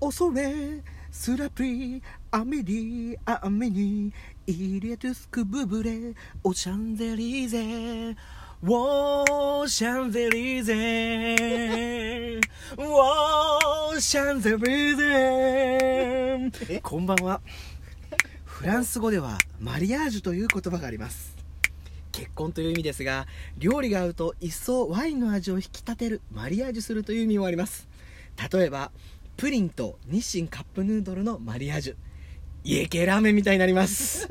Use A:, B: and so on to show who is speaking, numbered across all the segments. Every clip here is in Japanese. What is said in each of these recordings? A: 恐れスラプリ雨に雨にイリエトゥスクブブレオシャンゼリーゼオシャンゼリーゼオシャンゼリーゼ
B: え
A: こんばんはフランス語ではマリアージュという言葉があります結婚という意味ですが料理が合うと一層ワインの味を引き立てるマリアージュするという意味もあります例えばプリンと日清カップヌードルのマリアージュ家系ラーメンみたいになります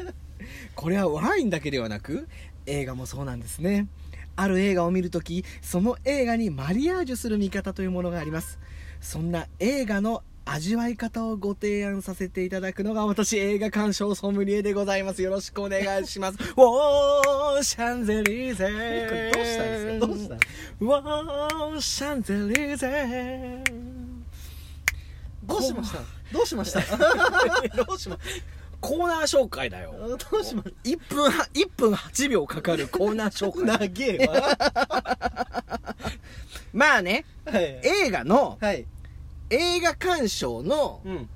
A: これはワインだけではなく映画もそうなんですねある映画を見るときその映画にマリアージュする見方というものがありますそんな映画の味わい方をご提案させていただくのが私映画鑑賞ソムリエでございますよろしくお願いしますおーシャンゼリーゼ
B: これどうしたんですかどうしたんですか
A: わーシャンゼリーゼ
B: どうしましたどうしましたどうしま
A: コーナー紹介だよ
B: どうしまし
A: 1分は1分8秒かかるコーナー紹
B: た
A: 介
B: 長えわ
A: まあね
B: はい
A: 映画の
B: はい
A: 映画鑑賞の
B: うん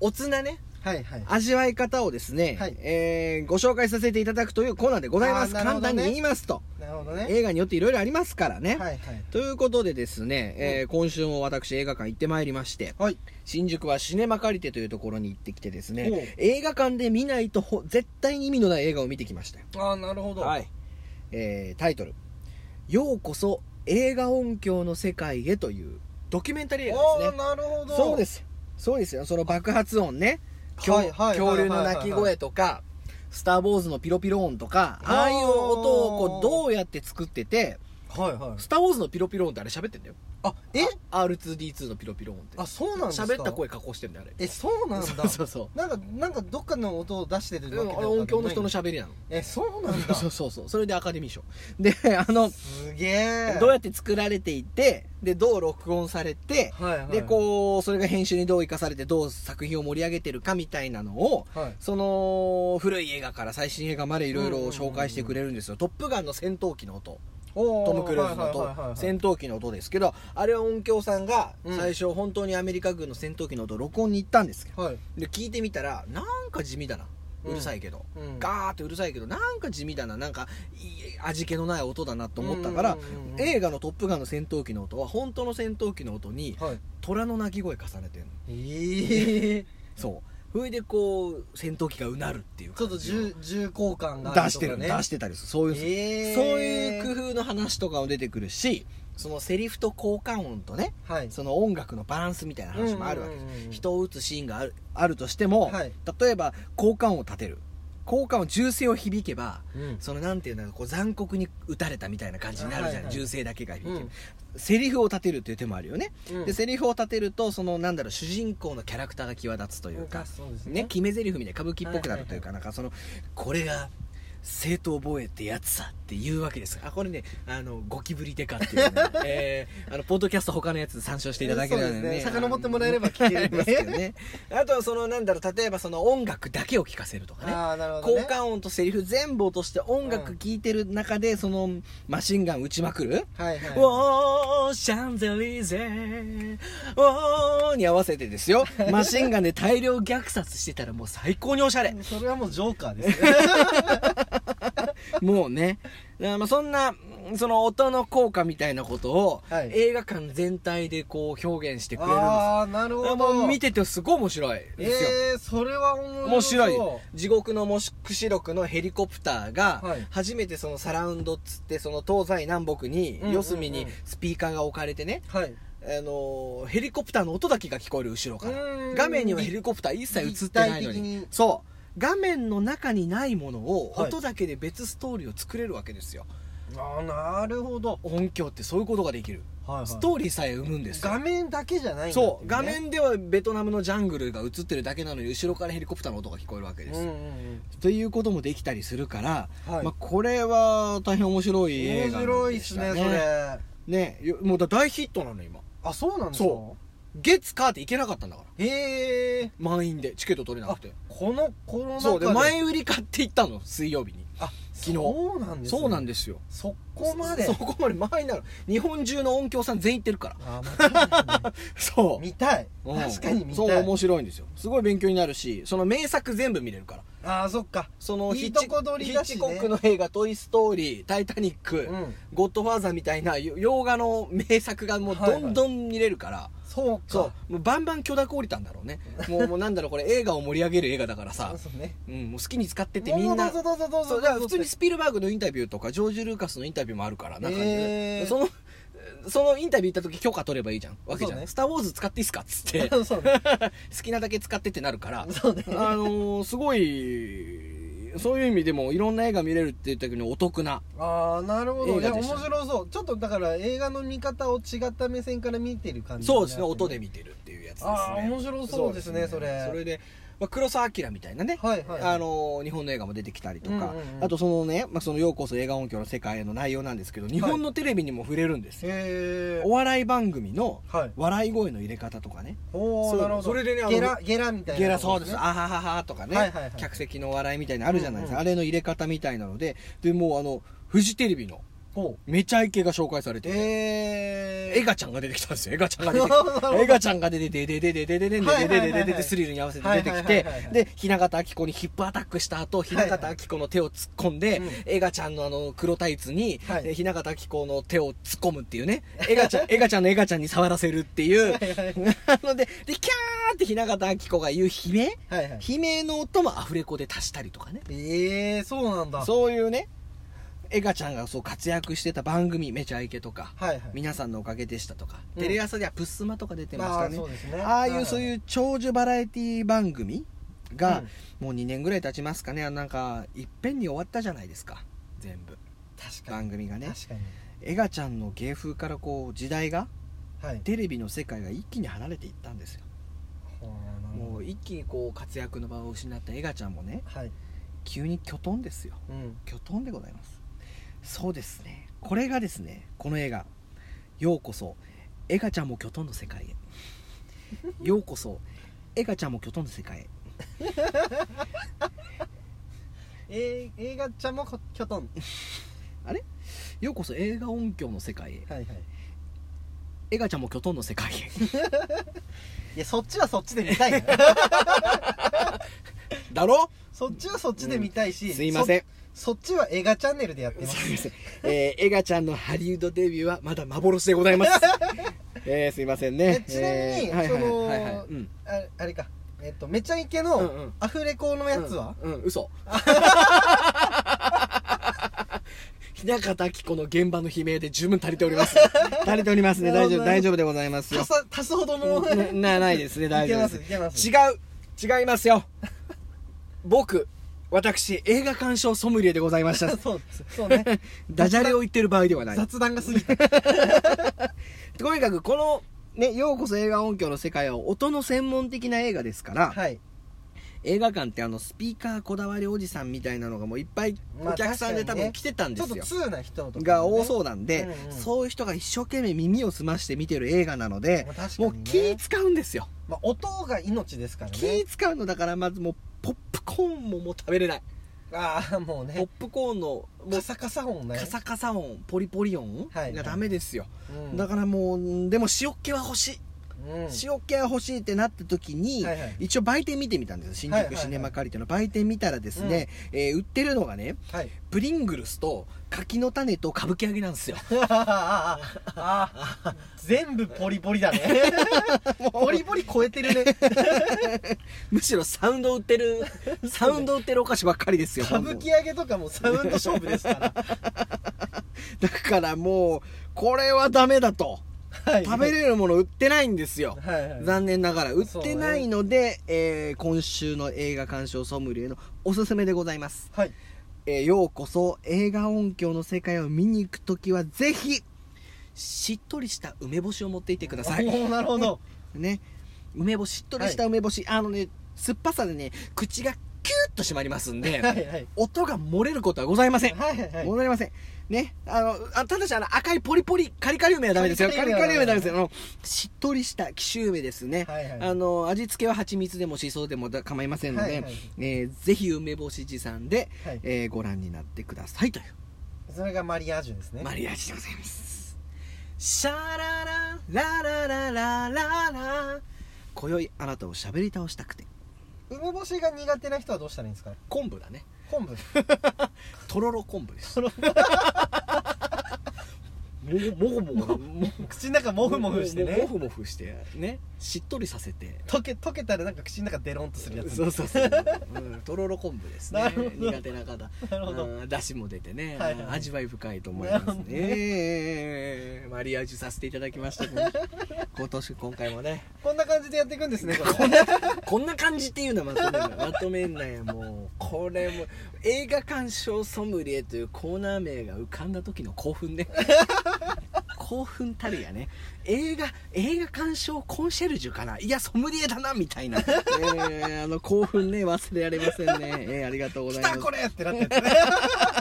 A: おつなね
B: はいはい
A: 味わい方をですね、
B: はい
A: えーご紹介させていただくというコーナーでございます、
B: あーな
A: 簡
B: るほどね
A: 単に言いますと
B: なるほどね
A: 映画によっていろいろありますからね、
B: はいはい
A: ということでですね、えー今週も私映画館行ってまいりまして
B: はい
A: 新宿はシネマカリテというところに行ってきてです
B: おう
A: ね映画館で見ないとほ絶対に意味のない映画を見てきましたよ
B: ああなるほど
A: はい、えータイトル「ようこそ映画音響の世界へ」というドキュメンタリー映画
B: あ
A: です
B: あ
A: ね
B: なるほど
A: そうですすそうですよその爆発音ね恐,、
B: はいはいはいはいはい
A: 竜の鳴き声とか「スター・ウォーズ」のピロピロ音とかああいう音をこうどうやって作ってて
B: はいは
A: 「
B: い
A: スター・ウォーズ」のピロピロ音ってあれ喋ってんだよ
B: あえ
A: R2D2 のピロピロ音って
B: あそうなんですか
A: 喋った声加工してんだよあれ
B: えそうなんだ
A: そうそうそう
B: なんかなんかどっかの音を出してる
A: う
B: わ
A: ん
B: け
A: あれ音響の人の
B: ゃ
A: 喋りなの
B: えそうなんだ
A: そうそうそうそれでアカデミー賞であの
B: すげえ
A: どう
B: や
A: やって作られていてでどう録音されて、
B: はいはい
A: でこうそれが編集にどう生かされてどう作品を盛り上げてるかみたいなのを
B: はい
A: その古い映画から最新映画までいろいろ
B: うんうんうん
A: 紹介してくれるんですよ「トップガン」の戦闘機の音
B: ト
A: トム・クルーズの音戦闘機の音ですけどあれは音響さんが
B: うん
A: 最初本当にアメリカ軍の戦闘機の音を録音に行ったんですけど
B: はい
A: で聞いてみたらなんか地味だなうるさいけど。
B: うん
A: ガーってうるさいけどなんか地味だななんかいい味気のない音だなと思ったから
B: うんうんうんうん
A: 映画の「トップガン」の戦闘機の音は本当の戦闘機の音に
B: はい
A: 虎の鳴き声重ねてんの
B: ええ
A: そうそれでこう戦闘機がうなるっていう
B: ちょっと
A: 感じの
B: 重重厚感があ
A: 出してる
B: と
A: 出
B: かね
A: してたりするそういう
B: ええ
A: そういう工夫の話とかも出てくるしそのセリフと交換音とね
B: はい
A: その音楽のバランスみたいな話もあるわけ
B: うんうんうんうん
A: 人を打つシーンがあるあるとしても
B: はい
A: 例えば交換音を立てる交換音銃声を響けば
B: うん
A: そのなんていうんだろうこう残酷に撃たれたみたいな感じになるじゃ
B: はい
A: ん、
B: はい
A: 銃声だけが響け
B: う
A: る、
B: ん
A: セリフを立てるっていう手もあるよね、
B: うん
A: でセリフを立てるとそのなんだろう主人公のキャラクターが際立つというか、
B: そうです
A: ね、決め台詞みたいな歌舞伎っぽくなるというか、
B: は
A: なんかそのこれが正当防衛ってやつさっていうわけですあこれねあのゴキブリデカってい う、ねえーあのポッドキャスト他のやつで参照していただければ
B: そうで
A: ね
B: すね遡ってもらえれば聞けるん
A: ま
B: ですす
A: け
B: け
A: ど
B: ど
A: ねあとはそのなんだろう例えばその音楽だけを聞かせるとかね
B: ああなるほど
A: 効
B: ね
A: 果音とセリフ全部落として音楽聴いてる中でそのマシンガン撃ちまくる、
B: はいはい
A: おーシャンゼリーゼおーに合わせてです よマシンガンで大量虐殺してたらもう最高におしゃれ
B: それはもうジョーカー ですね
A: もうねだからまあそんなその音の効果みたいなことを、
B: はい
A: 映画館全体でこう表現してくれるんです
B: ああな
A: だ
B: るほ
A: から
B: ど
A: もう見ててすごい面白いですよ、
B: ええそれは面白
A: 面白い
B: そう
A: 地獄の黙示録のヘリコプターが
B: はい
A: 初めてそのサラウンドっつってその東西南北に
B: うんうんうん
A: 四隅にスピーカーが置かれてね、
B: はい
A: あのーヘリコプターの音だけが聞こえる後ろから
B: うん
A: 画面にはヘリコプター一切映ってないのに
B: 立体的に
A: そう画面の中にないものを
B: はい
A: 音だけで別ストーリーを作れるわけですよ、
B: ああなるほど
A: 音響ってそういうことができる、
B: はいはい
A: ストーリーさえ生むんですよ
B: 画面だけじゃないんだってい
A: そ
B: ね
A: う画面ではベトナムのジャングルが映ってるだけなのに後ろからヘリコプターの音が聞こえるわけです
B: う
A: よ
B: んうんうん
A: ということもできたりするから、
B: はい
A: まあ、これは大変面白い映
B: 面
A: 画
B: 白い
A: で
B: っす
A: した
B: ねそれ
A: ねよもうだ大ヒットなの今
B: あそうなんですか
A: そ月火って行けなかったんだから
B: へえ
A: 満員でチケット取れなくて
B: このコロナ禍
A: そうで前売り買って行ったの水曜日に
B: あ
A: 昨日
B: そうなんですね
A: そうなんですよ
B: そこまで
A: そそこまで前なの日本中の音響さん全員行ってるから
B: あーまた
A: そう
B: 見たい
A: う
B: 見
A: ん
B: たい確かに見
A: そう
B: たい
A: 面白いんですよすごい勉強になるしその名作全部見れるから
B: ああそっか
A: その
B: い
A: ヒ
B: い
A: ッチ
B: とこ取りだし
A: ヒッチ
B: ね
A: コックの映画「トイ・ストーリー」「タイタニック」
B: うん
A: ゴッドファーザー」みたいなよ洋画の名作がもう
B: はい
A: ど
B: はい
A: んどん見れるから、
B: そうか
A: そうもうバンバン許諾降りたんだろうねもうもうなんだろうこれ映画を盛り上げる映画だからさ
B: あ、そうね
A: うん、もう好きに使ってってみんな
B: どうぞどうぞどう
A: そ
B: ぞど
A: うう
B: ぞ
A: だから普通にスピルバーグのインタビューとかジョージ・ルーカスのインタビューもあるからな感じで
B: へー
A: その そのインタビュー行った時許可取ればいいじゃんわけじゃん、
B: そうね
A: スター・ウォーズ使っていいっすか?」っつって 好
B: そうね
A: きなだけ使ってってなるから
B: そうね
A: あのーすごいそういう意味でもいろんな映画見れるって言ったけどお得な
B: ああなるほど
A: 映
B: い
A: 画
B: や
A: で
B: 面
A: した
B: 白そうちょっとだから映画の見方を違った目線から見てる感じ
A: そうですね音で
B: 見
A: 見てるっていうやつですね
B: ああ面白そうですねそれ
A: それで、まあ、黒澤明みたいなね、
B: はいはい
A: あのー日本の映画も出てきたりとか、
B: うんうんうん
A: あとそのね、まあ、そのようこそ映画音響の世界への内容なんですけど日本のテレビにも触れるんですよ、
B: へえ
A: お笑い番組の
B: はい
A: 笑い声の入れ方とかね
B: お
A: そ
B: お
A: う
B: なるほど
A: それでねあの
B: ゲラゲラみたいな
A: ゲラそうです、
B: ね
A: あはははとかね、
B: はいはいはい
A: 客席の笑いみたいなのあるじゃないですか、
B: うんう
A: あれの入れ方みたいなのででもうあのフジテレビの
B: ほ
A: 「めちゃイケ」が紹介され
B: う
A: てて
B: え
A: エガちゃんが出てきたんですよエガちゃんが出てきたエガちゃんが出てでででででででで
B: はいはいはいは
A: でで
B: い
A: ででスリルに合わせて出てき
B: はい
A: て
B: はいはいはい
A: で雛形あき子にヒップアタックした後雛形あき子の手を突っ込んで
B: うん
A: エガちゃんのあの黒タイツに
B: はい
A: え雛形あき子の手を突っ込むっていうねエガちゃんエガちゃんのエガちゃんに触らせるっていう
B: はいはい
A: なのででキャーって雛形あき子が言う悲
B: はいはい
A: 鳴悲鳴の音もアフレコで足したりとかね
B: ええそうなんだ
A: そういうねエガちゃんがそう活躍してた番組「めちゃイケ」とか
B: はいはい
A: 皆さんのおかげでしたとか、
B: うん
A: テレ朝ではプッスマとか出てまし
B: ま
A: た
B: あ
A: ね,、
B: そうですね
A: ああいうそう
B: う
A: いう長寿バラエティ番組が、もう2年ぐらい経ちますかねあなんかいっぺんに終わったじゃないですか全部
B: 確かに
A: 番組がね
B: 確かに
A: エガちゃんの芸風からこう時代が
B: はい
A: テレビの世界が一気に離れていったんですよ
B: ほうなるほど
A: もう一気にこう活躍の場を失ったエガちゃんもね
B: はい
A: 急にキョトンですよ
B: うん
A: キョトンでございますそうですねこれがですねこの映画「ようこそエガちゃんもキョトンの世 界へ」「ようこそエガちゃんもキョトンの世界へ
B: えー映画ちゃんもこきょとん」
A: ようこそ映画音響の世界へ
B: はいはい
A: エガちゃんもキョトンの世界へ
B: いやそっちはそっちで見たいな
A: だろ
B: そっちはそっちで見たいし、
A: すいません
B: そそっちは映画チャンネルでやってますす
A: いません、えー、エガちゃんのハリウッドデビューはまだ幻でございます えー、すいませんね
B: えちなみに
A: えーはいはい
B: その
A: はいはいうん
B: ああれかえっとめちゃイケ
A: うんうん
B: のアフレコのやつは、
A: うん、うん、嘘日向明子の現場の悲鳴で十分足りております足りておりますね大丈夫
B: な
A: 大
B: るほど
A: 丈夫でございますよ
B: 足さ足すほどの、
A: な なないですね大
B: い
A: 丈夫
B: けま
A: です
B: いけます
A: 違う違いますよ僕私映画鑑賞ソムリエでございました
B: そうですそうね
A: ダジャレを言ってる場合ではない
B: 雑談が過ぎた
A: とにかくこのね、ようこそ映画音響の世界は音の専門的な映画ですから、
B: はい
A: 映画館ってあのスピーカーこだわりおじさんみたいなのがもういっぱいお客さんで多
B: まあ確かに
A: 分
B: ね
A: 来てたん
B: ち
A: で
B: ょっ
A: す
B: と
A: よ、
B: ツーな人とか、
A: が多そううなんで、
B: うんうん
A: そういう人が一生懸命耳を澄まして見てる映画なので、
B: まあ確か
A: も
B: に
A: う
B: ね
A: 気使うんですよ、
B: まあ、音が命ですからね
A: 気使うのだからまずもうポップコーンももう食べれない
B: ああもう
A: ポ
B: ね
A: ップコーンのもう
B: カサカサ音ね
A: カサカサ音ポリポリ音
B: はい
A: がダメですよ、
B: うん
A: だからもうんでも塩っ気は欲しい、
B: うん
A: 塩っ気は欲しいってなった時に、
B: はいはい
A: 一応売店見てみたんです新
B: はいは
A: 宿
B: いはい
A: シネマ借りての売店見たらですね、えー売ってるのがね
B: はい
A: プリングルスと柿の種と歌舞伎揚げなんですよ
B: あーあー全部ポリポリだね ポリポリ超えてるね
A: むしろサウンド売ってるサウンド売ってるお菓子ばっかりですよ
B: 歌舞伎揚げとかもサウンド勝負ですから、
A: だからもうこれはダメだと
B: はい
A: 食べれるもの売ってないんですよ
B: はいはい
A: 残念ながら売ってな
B: そう
A: い
B: ね
A: ので、えー今週の映画鑑賞ソムリエのおすすめでございます、
B: はい
A: えーようこそ映画音響の世界を見に行く時はぜひしっとりした梅干しを持っていってくだ さい
B: おーなるほど
A: ね梅干ししっとりした梅干し、あのね酸っぱさでね口がキュッと閉まりますん
B: は
A: で
B: いはい
A: 音が漏れることはございません
B: はいはい
A: ございません。ね。あの、あただし、あの、赤いポリポリ、カリカリ梅はダメですよ。カ
B: カ
A: リ
B: リ
A: カ
B: カ
A: リ
B: リ梅
A: 梅は
B: は
A: ダ
B: ダ
A: メ
B: メ
A: ですよ。あの、しっとりした紀州梅ですね。
B: はいはい
A: あの、味付けは蜂蜜でもしそでもだ構いませんので、
B: はいはい
A: えーぜひ梅干し持参で、
B: はい
A: えーご覧になってくださいという、
B: それがマリアージュですね
A: マリアージュでございます。シャララ、ララララララ。今宵あなたを喋り倒したくて。
B: 梅干しが苦手な人はどうしたらいいんですか
A: 昆布だね。
B: 昆布
A: とろろ昆布です。
B: とろ
A: もごもごもごもご
B: 口の中モフモフして
A: も
B: ね
A: ふもふしてねしっとりさせて
B: 溶け溶けたらなんか口の中デロンとするやつ
A: そうそうそう、うん、とろろ昆布ですね
B: なるほど
A: 苦手な方
B: なるほど
A: うん出汁も出てね、
B: はいはいはい
A: 味わい深いと思います
B: なる
A: ね
B: ほどね
A: ええマリアージュさせていただきましたね今年今回もね
B: こんな感じでやっていくんですねこれ
A: こんな感じっていうのはまとめんなまとめんなやもうこれも映画鑑賞ソムリエというコーナー名が浮かんだ時の興奮ね興奮たるやね映画映画鑑賞コンシェルジュかないやソムリエだなみたい な、えーあの興奮ね忘れられませんね、えーありがとうござい
B: 来
A: ます
B: たこれってなったやつね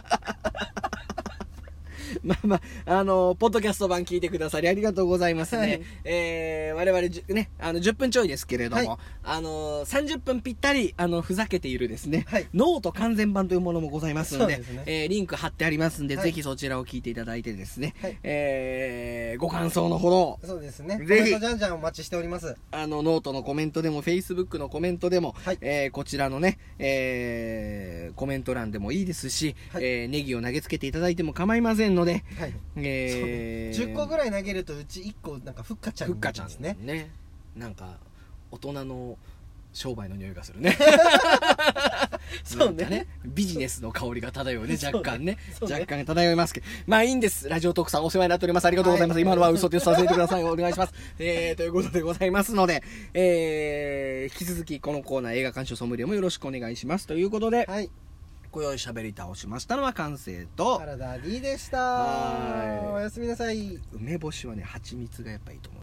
A: まあまあ、あのポッドキャスト版聞いてくださりありがとうございますね。
B: はい
A: えー我々じゅ、ね、あの、10分ちょいですけれども、
B: はい
A: あの30分ぴったり、あの、ふざけているですね、
B: はい
A: ノート完全版というものもございますので、
B: そうですね
A: えーリンク貼ってありますんで、
B: はい
A: ぜひそちらを聞いていただいてですね、
B: はい
A: えーご感想のほど、
B: そうですね
A: ぜひ
B: コメントじゃんじゃんお待ちしております
A: あの、ノートのコメントでも、フェイスブックのコメントでも、
B: はい
A: えーこちらのね、えーコメント欄でもいいですし、
B: はい
A: えーネギを投げつけていただいても構いませんので、
B: はい
A: えー
B: 10個ぐらい投げるとうち1個なんかふっかちゃん
A: ふっ
B: にな
A: か
B: る
A: ちゃん
B: で
A: ですすね
B: ね
A: なんか大人の商売の匂いがするね
B: そう
A: なんか
B: ね
A: ビジネスの香りが漂うね
B: そうね
A: 若干ね
B: そうね
A: 若干漂いますけどまあいいんですラジオ特産お世話になっておりますありがとうございます、今のは嘘ですさせてくださいお願いしますえー、ということでございますのでえー、引き続きこのコーナー映画鑑賞ソムリエもよろしくお願いしますということで、
B: はい
A: 今宵しゃべり倒しましたのは完成と
B: 原田 D でした
A: はーい
B: おやすみなさい
A: 梅干しはね蜂蜜がやっぱいいと思う